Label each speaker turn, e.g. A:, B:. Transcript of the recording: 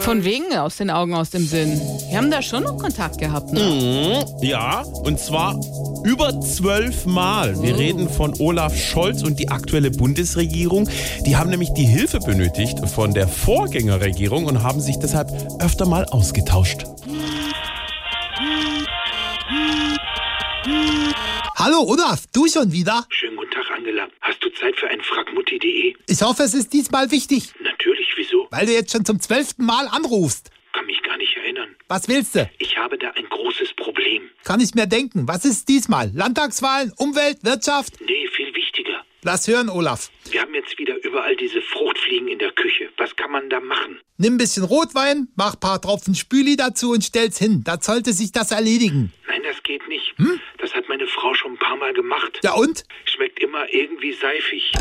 A: Von wegen aus den Augen, aus dem Sinn. Wir haben da schon noch Kontakt gehabt, ne?
B: Ja, und zwar über zwölf Mal. Wir reden von Olaf Scholz und die aktuelle Bundesregierung. Die haben nämlich die Hilfe benötigt von der Vorgängerregierung und haben sich deshalb öfter mal ausgetauscht.
C: Hallo Olaf, du schon wieder?
D: Schönen guten Tag, Angela. Hast du Zeit für ein Fragmutti.de?
C: Ich hoffe, es ist diesmal wichtig,
D: Natürlich, wieso?
C: weil du jetzt schon zum zwölften Mal anrufst.
D: Kann mich gar nicht erinnern.
C: Was willst du?
D: Ich habe da ein großes Problem.
C: Kann ich mir denken. Was ist diesmal? Landtagswahlen, Umwelt, Wirtschaft?
D: Nee, viel wichtiger.
C: Lass hören, Olaf.
D: Wir haben jetzt wieder überall diese Fruchtfliegen in der Küche. Was kann man da machen?
C: Nimm ein bisschen Rotwein, mach ein paar Tropfen Spüli dazu und stell's hin. Das sollte sich das erledigen.
D: Nein, das geht nicht. Das hat meine Frau schon ein paar Mal gemacht.
C: Ja und?
D: Schmeckt immer irgendwie seifig.